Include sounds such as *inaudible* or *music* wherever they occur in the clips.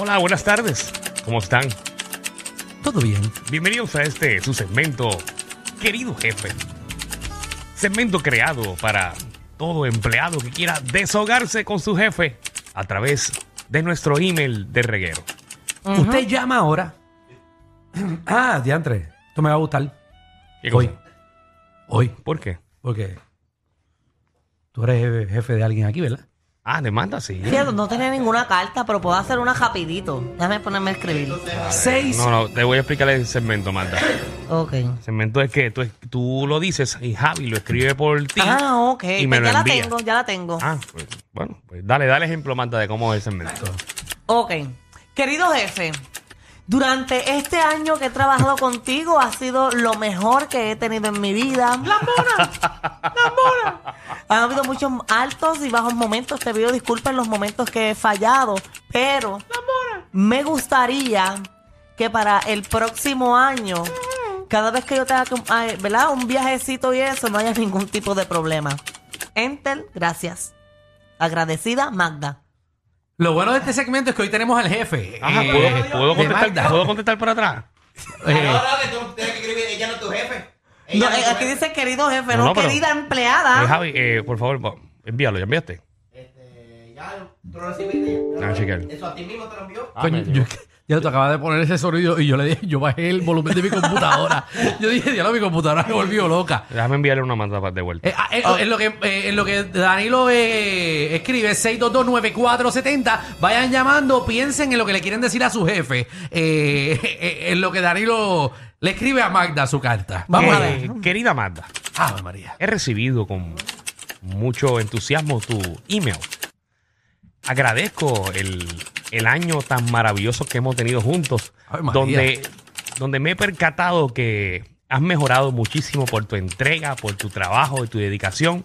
Hola, buenas tardes. ¿Cómo están? Todo bien. Bienvenidos a este su segmento, querido jefe. Segmento creado para todo empleado que quiera deshogarse con su jefe a través de nuestro email de reguero. Usted llama ahora. ah, diantre. Esto me va a gustar. ¿Qué Hoy. cosa? Hoy. ¿Por qué? Porque tú eres jefe, jefe de alguien aquí, ¿verdad? Ah, demanda, sí. Fíjate, no tenía ninguna carta, pero puedo hacer una rapidito. Déjame ponerme a escribir. Seis. No, no, te voy a explicar el segmento, Marta. Ok. El segmento es que tú, tú lo dices y Javi lo escribe por ti. Ah, ok. Y me Pues lo ya la envía. tengo, ya la tengo. Ah, pues, bueno, pues dale, dale ejemplo, Marta, de cómo es el segmento. Eh, Ok. Querido jefe, durante este año que he trabajado contigo ha sido lo mejor que he tenido en mi vida. ¡La mona! *laughs* Han habido muchos altos y bajos momentos. Te pido disculpas en los momentos que he fallado, pero me gustaría que para el próximo año, cada vez que yo tenga que, ay, ¿verdad? un viajecito y eso, no haya ningún tipo de problema. Enter, gracias. Agradecida, Magda. Lo bueno de este segmento es que hoy tenemos al jefe. Ajá, Eh, Ah, ¿puedo, puedo de contestar, Magda. ¿puedo contestar por atrás? Eh, Ahora que tú tienes que escribir, ella no es tu jefe. No, Ella no eh, es tu aquí jefe. dice querido jefe, No, no, no, pero- querida Eh, empleada. Javi, eh, por favor, va- envíalo, ¿ya enviaste? Este, ya, tú lo recibiste. ya. Ah, chequear. Eso a ti mismo te lo envió. Ah, coño, me yo- ya tú acabas de poner ese sonido y yo le dije, yo bajé el volumen de mi *laughs* computadora. yo dije, diablo, mi computadora me volvió loca. Déjame enviarle una manta pa- de vuelta. Eh, ah, eh, en, lo que, eh, en lo que Danilo eh, escribe 6229470, vayan llamando, piensen en lo que le quieren decir a su jefe. Eh, *laughs* eh, en lo que Danilo le escribe a Magda su carta. Vamos a Eh, ver. Querida Magda, Ave María. he recibido con mucho entusiasmo tu email. Agradezco el, el año tan maravilloso que hemos tenido juntos, Ay, María. donde, donde me he percatado que has mejorado muchísimo por tu entrega, por tu trabajo y tu dedicación,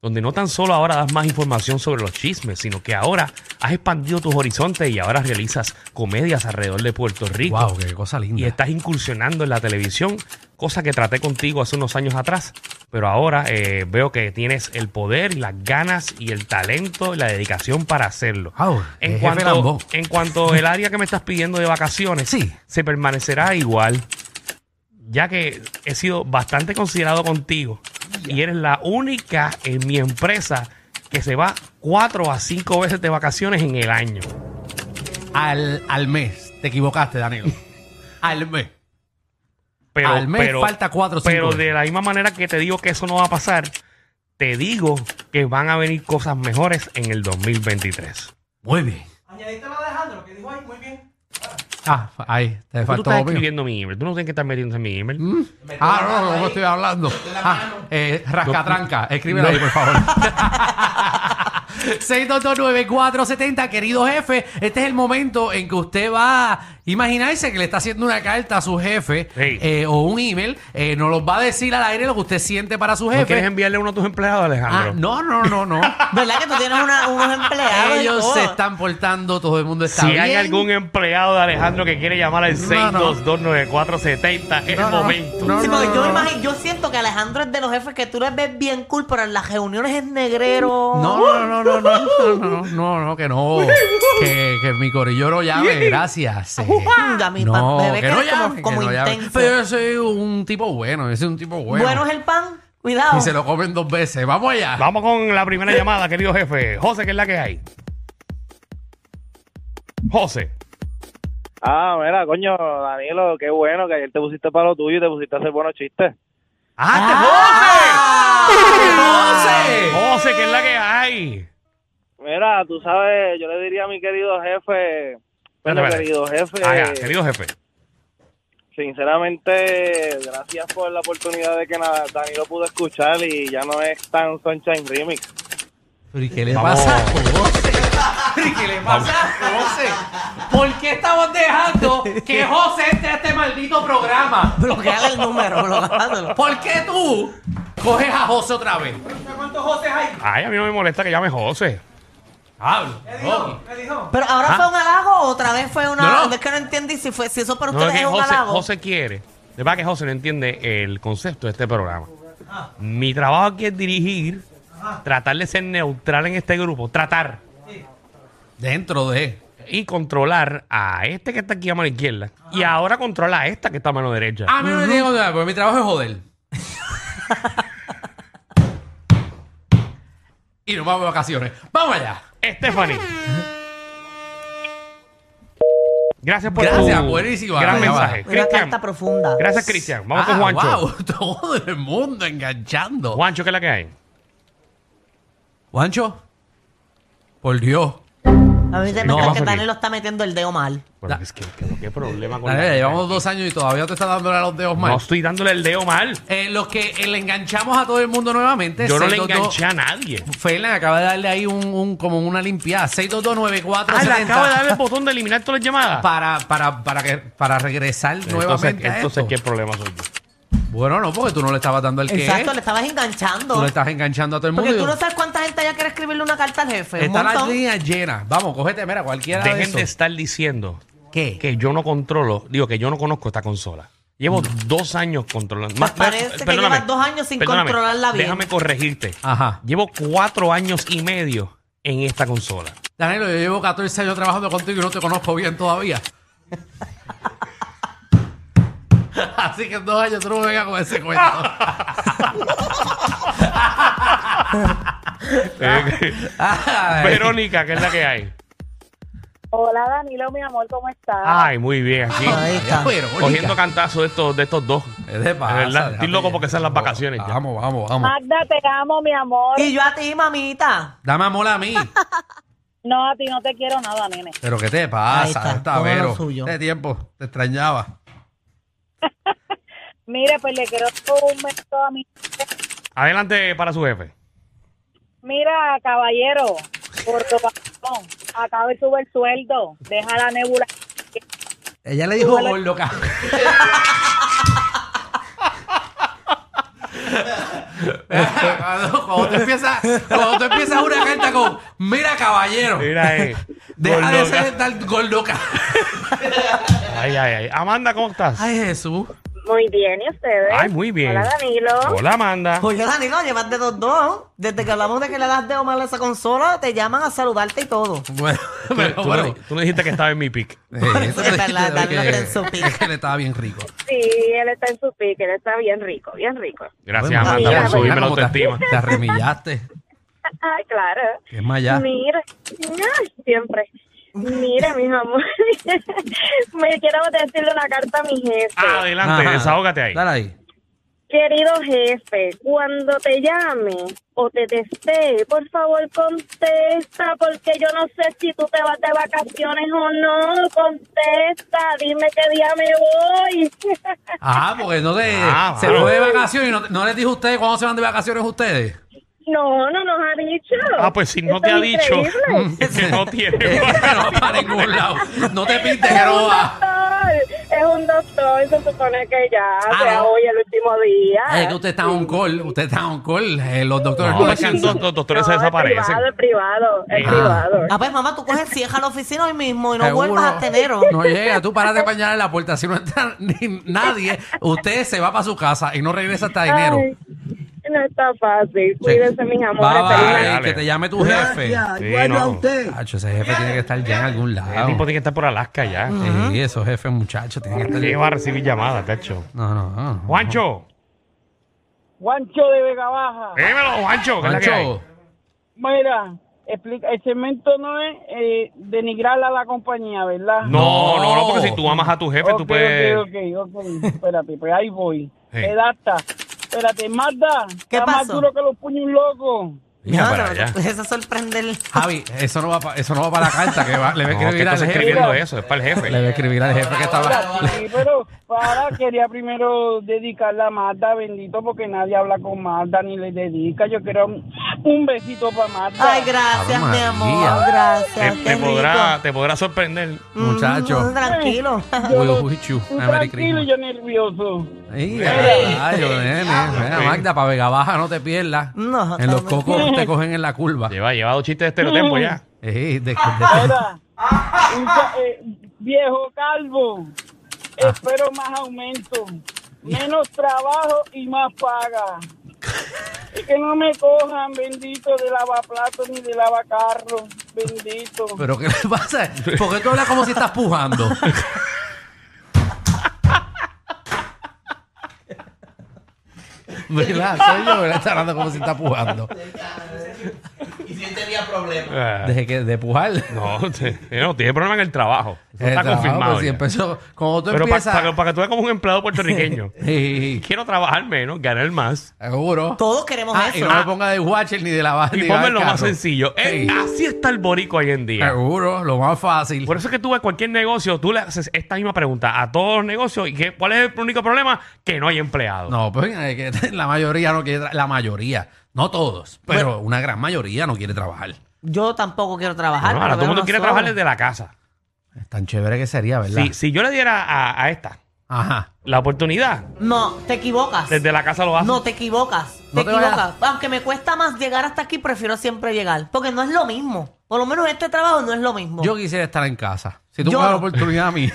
donde no tan solo ahora das más información sobre los chismes, sino que ahora has expandido tus horizontes y ahora realizas comedias alrededor de Puerto Rico. Wow, qué cosa linda. y estás incursionando en la televisión, cosa que traté contigo hace unos años atrás, pero ahora eh, veo que tienes el poder y las ganas y el talento y la dedicación para hacerlo. Wow, en, es jefe Lambó. cuanto, en cuanto el área que me estás pidiendo de vacaciones, Sí. se permanecerá igual, ya que he sido bastante considerado contigo y eres la única en mi empresa que se va cuatro a cinco veces de vacaciones en el año. Al, al mes. Te equivocaste, *laughs* Danilo. al mes. Pero, Al mes pero- falta cuatro o cinco Pero veces. de la misma manera que te digo que eso no va a pasar, te digo que van a venir cosas mejores en el 2023. Muy bien. Añadiste a Alejandro, que dijo ahí, muy bien. Ah, ahí. Te Tú faltó estás mío. escribiendo mi email. Tú no tienes que estar metiéndose en mi email. Ah, no, no, no, no estoy hablando. la Ah, mano. eh, rascatranca, escríbelo ahí, por favor. *laughs* 6229470, querido jefe, este es el momento en que usted va a imaginarse que le está haciendo una carta a su jefe Sí. eh, o un email, eh, nos los va a decir al aire lo que usted siente para su ¿No quieres jefe. enviarle uno a tus empleados, Ah, Alejandro? no, no, no, *laughs* no. ¿Verdad que tú tienes *laughs* una- unos empleados? y Ellos todo? se están portando, todo el mundo está Si bien. hay algún empleado de Alejandro que quiere llamar al No, no. 6229470, es el No, no. momento. No, Sí, no, porque no, yo, no. imagino- yo siento que Alejandro es de los jefes que tú le ves bien cool, pero en las reuniones es negrero. No, no, no, no, no, no, no, no, no, que no. Que, que mi corillo no llame, gracias. Eh, Mm, a mí pa- me ve que eres como- llame, como que no llame. intenso. Pero yo soy un tipo bueno, yo soy un tipo bueno. bueno. es el pan, cuidado. Y se lo comen dos veces. Vamos allá. Vamos con la primera llamada, querido jefe. José, ¿qué es la que hay? José. Ah, mira, coño, Danilo, qué bueno que ayer te pusiste para lo tuyo y te pusiste a hacer buenos chistes. ¡Ah, este ¡José! este José! José, ¿qué es la que hay? Mira, tú sabes, yo le diría a mi querido jefe, bueno, espérate. querido jefe, Ajá, Ah, querido jefe. sinceramente, gracias por la oportunidad de que na- Danilo pudo escuchar y ya no es tan Sunshine Remix. *laughs* ¿Pero y qué le Vamos. pasa a José? ¿Pero y qué le pasa a José? ¿Por qué estamos dejando que José entre a este maldito programa? Bloqueale el número, *laughs* bloqueándolo. ¿Por qué tú coges a José otra vez? ¿Cuántos José hay? Ay, a mí no me molesta que llame José. Hablo. ¿Qué dijo? *laughs* ¿Qué dijo? Pero ahora Ah. fue un halago o otra vez fue una. No, no. Es que no entendí si, fue, si eso para No, ustedes es que es un José, halago. José quiere. De verdad que José no entiende el concepto de este programa. Mi trabajo aquí es dirigir, tratar de ser neutral en este grupo, tratar. Dentro de. y controlar a este que está aquí a mano izquierda. Y ahora controla a esta que está a mano derecha. A mí no me tiene que controlar, porque mi trabajo es *laughs* joder. y nos vamos de vacaciones. ¡Vamos allá! Stephanie. Gracias por Gracias, tu buenísimo. gran Ahí va. mensaje. Una Cristian. carta profunda. Gracias, Cristian. Vamos Ah, con Juancho. wow, *laughs* todo el mundo enganchando. Juancho, ¿qué es la que hay? Juancho, por Dios. A mí se me No, parece vamos que aquí. Danilo está metiendo el dedo mal. Bueno, Da- es que, que- qué problema con Dale, la- llevamos dos años y todavía te está dando a los dedos mal. No estoy dándole el dedo mal. Eh, los que eh, le enganchamos a todo el mundo nuevamente. Yo no le 622 enganché a nadie. Fernan acaba de darle ahí un, un- como una limpiada. 6229470 Ah, le acabo de dar el botón de eliminar todas las llamadas. para, para, para, que, para regresar Entonces, nuevamente a entonces esto. ¿qué problema soy yo? Bueno, no, porque tú no le estabas dando el que Exacto, es. le estabas enganchando. Tú le estás enganchando a todo el mundo. Porque tú y- no sabes cuánta gente ya quiere escribirle una carta al jefe. Un Está la montón. línea llena. Vamos, cógete, mira, cualquiera de Dejen esos. de estar diciendo ¿Qué? que yo no controlo, digo que yo no conozco esta consola. Llevo Mm. dos años controlando. Más- parece per- que perdóname, llevas dos años sin perdóname, controlarla bien. Déjame corregirte. Ajá. Llevo cuatro años y medio en esta consola. Danilo, yo llevo 14 años trabajando contigo y no te conozco bien todavía. *laughs* Así que en dos años tú no me vengas con ese cuento. *laughs* Ah. Ay. Eh, *laughs* Verónica, ¿qué es la que hay? Hola Danilo, mi amor, ¿cómo estás? Ah. Ay, muy bien, aquí. Ahí está. Pero, Cogiendo Mónica, cantazos de estos, de estos dos. ¿qué te pasa? De verdad, estoy Déjate loco ya. porque sean las Vamos, vacaciones ya. Vamos, vamos, vamos. Magda, te amo, mi amor. Y yo a ti, mamita. Dame amor a mí. No, a ti no te quiero nada, nene. Pero ¿qué te Ahí pasa? está, Esta todo lo Vero. suyo. Este tiempo te extrañaba. Mire, pues le quiero dar un beso a mi... Adelante para su jefe. Mira, caballero, por tu corazón, acaba y sube el sueldo, deja la nebula. Ella le dijo "Oh, Súbele. gordo, cabrón. cuando, cuando tú empiezas, cuando tú empiezas una carta con mira caballero, Mira, eh. *laughs* deja Por de loca. ser tal gordo ca-". Ay, ay, ay. Amanda, ¿cómo estás? Ay, Jesús. Muy bien, ¿y ustedes? Ay, muy bien. Hola Danilo. Hola, Amanda. Oye, Danilo, llevas de dos dos. Desde que hablamos de que le das dedo mal a esa consola, te llaman a saludarte y todo. Bueno, Tú, pero tú bueno. no, tú no dijiste que estaba en mi pick. Eh, eso te- Es verdad, te- Danilo está en su que, pico. es que le estaba bien rico. Sí, él está en su pique, él está bien rico, bien rico. *laughs* Gracias, Bueno, Amanda, mira, por mira subirme la cómo te- autoestima. Te arremillaste. Ay, claro. Es más allá. Mira, ay, siempre. Mira, mi amor, *laughs* me quiero decirle una carta a mi jefe. Adelante, Ajá. desahógate ahí. Dale ahí. Querido jefe, cuando te llame o te teste, por favor contesta, porque yo no sé si tú te vas de vacaciones o no. Contesta, dime qué día me voy. Ajá, porque no te, Ah, se bueno. fue de vacaciones y no, no les dijo a ustedes cuándo se van de vacaciones ustedes. No, no nos ha dicho. Ah, pues si no te ha Esto es dicho Mm. increíble. que no *laughs* tiene. no para ningún lado. No te pintes que Es no un Ah. va. doctor, es un doctor, se supone que ya Ah, sea no. hoy el último día. Es que usted está on call, usted está on call, eh, los doctores No, no, es *laughs* que descansan. los, los doctores se No, es desaparecen. privado, es privado, es Ah. privado. Ah, pues mamá, tú coges cieja a la oficina hoy mismo y no Seguro. vuelvas hasta enero. No llega, tú paras de bañar en la puerta. Si no entra ni nadie, usted se va para su casa y no regresa hasta enero. Ay, no está fácil. Cuídense, mis amores. Va, Dale, feliz dale, dale. que te llame tu jefe. Sí, no. Muchacho, ese jefe tiene que estar ya en algún El tipo lado. tiene que estar por Alaska ya. Sí, esos jefes, muchachos, tienen que ¿Quién estar. va a recibir llamadas, tacho? No, no, no. no. Juancho, Juancho de Vega Baja. dímelo, Juancho, ¿qué es la que hay? Juancho, Mira, explica, el segmento no es eh, denigrar a la compañía, ¿verdad? No, no, no, No. porque si tú amas a tu jefe, Ok, tú puedes. Ok, ok, ok. Espérate, pues ahí voy. Sí. Edata. Espérate, Magda. ¿Qué está más pasó? duro que los puños locos. Mira no, para no, allá. no, eso es sorprender. Javi, eso no va para, eso no va para la carta que va, le va a No, que escribir al estás jefe. escribiendo eso, es para el Le jefe. va a escribir al jefe que estaba. Sí, pero para, quería primero dedicarla a Magda, bendito, porque nadie habla con Magda ni le dedica. Yo quiero un, un besito para Magda. Ay, gracias, Ave mi amor. María. Te, Gracias. te qué rico. podrá, te podrá sorprender. Mm, Muchacho. tranquilo. *laughs* Will wish you Tú a Merry tranquilo Christmas. y yo nervioso. Ay, rayo, nene. Mira, Magda, para Vega Baja no te pierdas. No, en los no. cocos te cogen en la curva. Lleva, lleva dos chistes de estereotipo *laughs* ya. Ey, de- de- Ahora, un ca- eh, viejo calvo, Ah. espero más aumento, menos trabajo y más paga. Y que no me cojan, bendito, de lavaplatos ni de lavacarro. bendito. ¿Pero qué le pasa? Porque tú hablas como si estás *laughs* pujando. ¿Verdad? Soy yo, ¿verdad? Está hablando como si está pujando. Y si él tenía problemas. Ah, Desde que, de pujar. no, *laughs* te- no, tiene problema en el trabajo. Eso El está trabajo, confirmado. pues, si ya. empezó, como tú Pero para empiezas. que tú veas como un empleado puertorriqueño. *laughs* Sí, Quiero trabajar menos, ganar más. seguro. Todos queremos Ah, y eso. no me ponga de watcher ni de lavar. Y ni de lavar ponme lo carro. más sencillo. Eh, Sí. Así está el borico hoy en día. Seguro, lo más fácil. Por eso es que tú ves cualquier negocio, tú le haces esta misma pregunta a todos los negocios. ¿Y qué, cuál es el único problema? Que no hay empleado. No, pues eh, que *laughs* la mayoría no quiere tra- La mayoría, no todos, pero una gran mayoría no quiere trabajar. Yo tampoco quiero trabajar. Bueno, pero ahora todo el mundo menos quiere nosotros. trabajar desde la casa. Es tan chévere que sería, ¿verdad? Si, si yo le diera a, a esta Ajá. la oportunidad, No, te equivocas. desde la casa lo hace. No, te equivocas. No te, te vayas. equivocas. Aunque me cuesta más llegar hasta aquí, prefiero siempre llegar. Porque no es lo mismo. Por lo menos este trabajo no es lo mismo. Yo quisiera estar en casa. Si tú Yo me das la no. oportunidad a mí,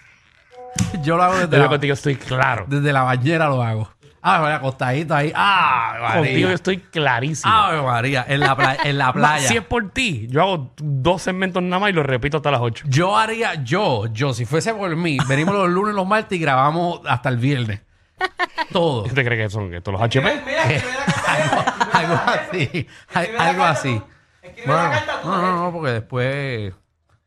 *laughs* yo lo hago desde Yo la, contigo estoy claro. desde la bañera, lo hago. Ah, vale, acostadito ahí. Ah, Contigo yo María. estoy clarísimo. Ah, María, en la, pla- *laughs* en la playa. Si es por ti, yo hago dos segmentos nada más y lo repito hasta las 8. Yo haría, yo, yo, si fuese por mí, venimos los lunes, los martes y grabamos hasta el viernes. *laughs* Todo. *laughs* ¿Usted cree que son estos los Eh. Ah, HP? Mira, escribe la carta. mira, algo escribe la así. al- Algo carta. Escribe la carta así. tú. Escribe la Bueno, carta tú. eh. no, no, no, porque después. eh,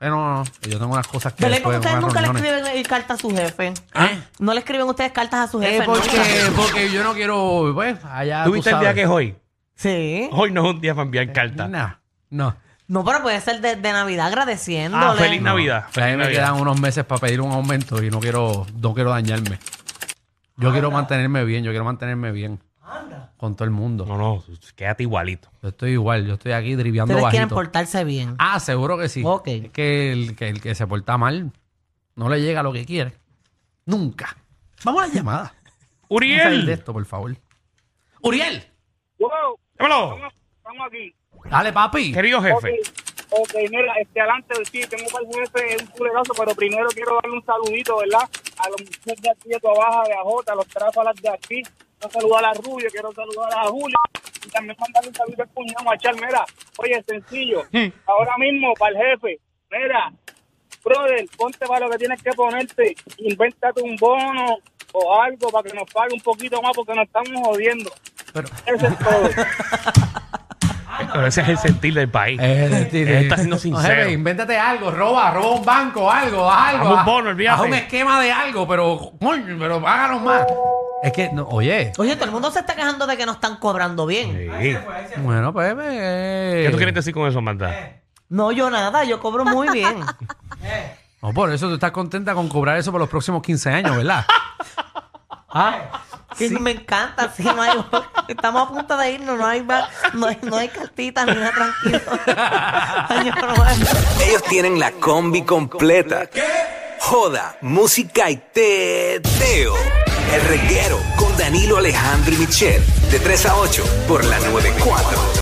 no, no, no, yo tengo unas cosas que. Yo le digo después que ustedes unas nunca le reuniones. escriben eh, cartas a su jefe. ¿Eh? No le escriben ustedes cartas a su jefe. Eh, porque, nunca. porque yo no quiero. Pues, allá. tú ¿Tuviste el día sabes. que es hoy? *laughs* Sí. Hoy no es un día para enviar cartas. Nah, no. No, pero puede ser de, de Navidad agradeciéndole. Ah, feliz Navidad. No. A mí me Navidad. quedan unos meses para pedir un aumento y no quiero, no quiero dañarme. Yo quiero mantenerme bien, yo quiero mantenerme bien. Con todo el mundo. No, no, quédate igualito. Yo estoy igual, yo estoy aquí driviando Ustedes quieren bajito. portarse bien. Ah, seguro que sí. Ok. Es que el, que el que se porta mal no le llega lo que quiere. Nunca. Vamos a la llamada. Vamos a salir de Uriel, esto, por favor. Uriel, Wow, llámalo. estamos aquí. dale, papi. Querido jefe. Ok, mira, este adelante, sí, tengo para el jefe un culerazo, pero primero quiero darle un saludito, ¿verdad? A los muchachos de aquí de Tobaja, de Ajota, a los tráfalas de aquí. Quiero saludar a Rubio, quiero saludar a Julio. Y también mandarle un saludo al cuñado a Char. Mira, oye, sencillo. Ahora mismo, para el jefe, mira, brother, ponte para lo que tienes que ponerte. Invéntate un bono o algo para que nos pague un poquito más porque nos estamos jodiendo. Eh, Pero- Eso es todo. Pero ese es el sentir del país. Ah, Eh, sí, sí. Él este está siendo No, sincero. jefe, invéntate algo, roba, roba un banco, algo, algo. Haz un haz- bono, olvídate. Haz un esquema de algo, pero, coño, pero páganos más. Es que, no, oye, Oye, todo el mundo se está quejando de que no están cobrando bien. Ahí Sí. se fue, ahí se fue. bueno, pues. eh, ¿Qué tú quieres decir con eso, Marta? Eh, No, yo nada, yo cobro muy bien. *laughs* eh. No, por eso tú estás contenta con cobrar eso por los próximos 15 años, ¿verdad? ah, Sí, me encanta, sí, no hay- *laughs* Estamos a punto de irnos, no hay, ba- no hay, no hay cartitas ni nada tranquilo. Año nuevo. Ellos tienen la combi completa. Joda, música y teo. El reguero con Danilo Alejandro y Michel. De 3 a 8 por la 94.